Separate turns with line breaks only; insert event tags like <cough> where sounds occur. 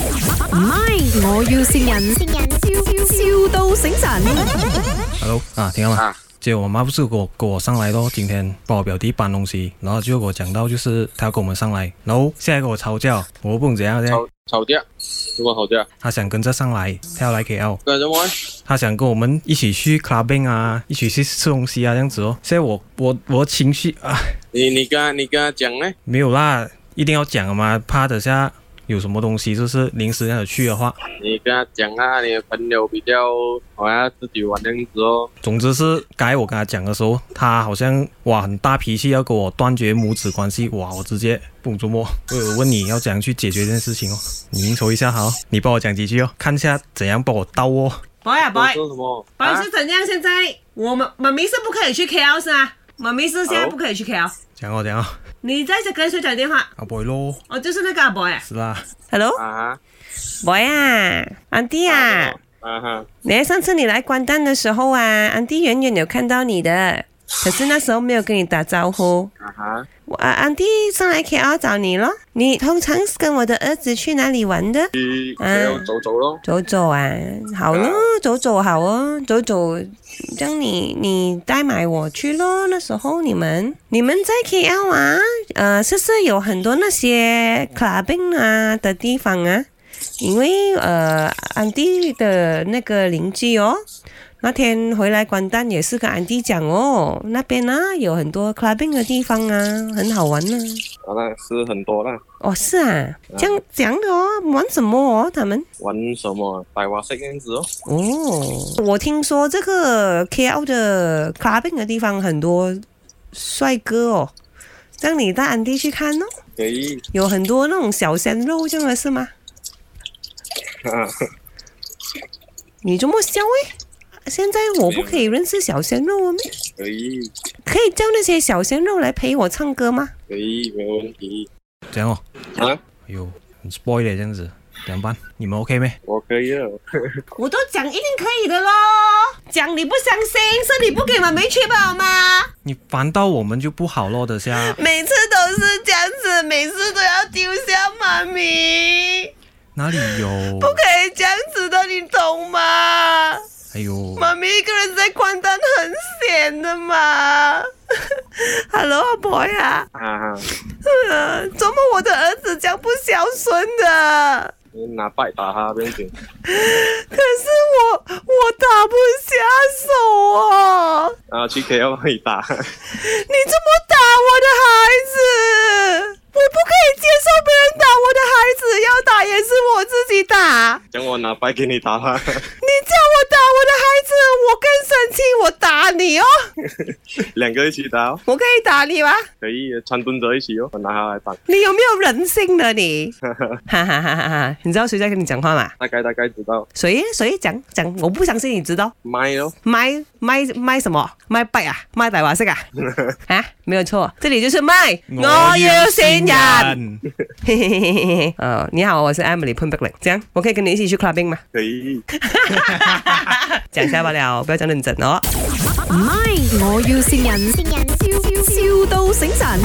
唔係，我要善人，笑笑到醒神。
Hello 啊，听到吗？
啊
姐，我妈不是给我给我上来咯，今天帮我表弟搬东西，然后就给我讲到就是她跟我们上来，然后现在跟我吵架，我不懂怎样这样
吵，吵架，什么吵架？
她想跟着上来，她要来 KL，
干什么？
她想跟我们一起去 clubbing 啊，一起去吃东西啊这样子哦。现在我我我情绪啊
你你跟他你跟他讲呢？
没有啦，一定要讲的嘛，怕等下有什么东西就是临时要去的话，
你跟他讲啊，你的朋友比较好像自己玩这样子哦。
总之是该我跟他讲的时候，他好像哇很大脾气，要跟我断绝母子关系，哇我直接蹦住摸。我有呃问你要怎样去解决这件事情哦，你应酬一下好，你帮我讲几句哦，看一下怎样帮我刀哦。
boy 啊 boy，
说什么？
boy 是怎样？现在我们妈咪是不可以去 KL 是吗？妈咪是现在
Hello？
不可以去 KL。
讲哦讲哦，
你在这跟谁打电话？
阿 boy 咯，
哦，就是那个啊 boy 啊。
是啦，
啊啊
Hello，boy 啊，安迪
À,
啊，
啊哈！
你上次你来关蛋的时候啊，安迪远远有看到你的，可是那时候没有跟你打招呼。
啊哈！
我啊，安迪上来 KL 找你咯。你通常是跟我的儿子去哪里玩的？
去
嗯
KL 走走咯。
走走啊，好咯
啊，
走走好哦，走走，这样你你带埋我去咯。那时候你们你们在 KL 啊，呃，是不是有很多那些 clubbing 啊的地方啊？因为呃，安迪的那个邻居哦，那天回来关丹也是跟安迪讲哦，那边啊有很多 clubbing 的地方啊，很好玩呢、
啊，那是很多啦。
哦，是啊，这样讲的哦，玩什么哦？他们？
玩什么？百花式这样子哦。
哦，我听说这个 KL 的 clubbing 的地方很多帅哥哦，这样你带安迪去看哦，
可以。
有很多那种小鲜肉这样的是吗？
啊
你这么笑诶，现在我不可以认识小鲜肉了咩？
可以，
可以叫那些小鲜肉来陪我唱歌吗？
可以，没问题。
讲哦，
啊，
哎呦，很 spoil 的这样子，怎么办？你们 OK 没？
我可以了。
我都讲一定可以的咯，讲你不相信，是你不给我没去好吗？
你烦到我们就不好咯，等下。
每次都是这样子，每次都要丢下妈咪。
哪里有？
不可以这样子的，你懂吗？
哎呦，
妈咪一个人在关灯很闲的嘛。Hello，阿婆呀，
啊哈！
呃怎么我的儿子这样不孝顺的？
你拿拜打他，不用紧。
可是我我打不下手啊！
啊，去 <laughs> KL 可以打。
你怎么打我的孩子？我不可以接受别人打我的孩子，要打也是我自己打。
讲我拿拜给你打他。 <laughs>
你叫我打我的孩子，我更生气，我打你哦！ <laughs>
两个一起打哦，
我可以打你吗？
可以穿蹲着一起哦，我拿它来打，
你有没有人性的 <laughs> 你？哈哈哈哈哈！你知道谁在跟你讲话吗？
大概大概知道
谁谁讲讲？我不相信你知道。
麦哦，
卖卖卖什么？卖拜啊？卖大话式 <laughs> 啊？啊，没有错，这里就是卖。我要新人。。嘿嘿嘿嘿嘿 <laughs> 嘿。呃，你好，我是 Emily 潘碧玲。这样，我可以跟你一起去 clubbing 吗？
<laughs> 可以。
讲下罢 <laughs> 了，不要讲认真哦。
唔係，我要善人，笑笑到醒神。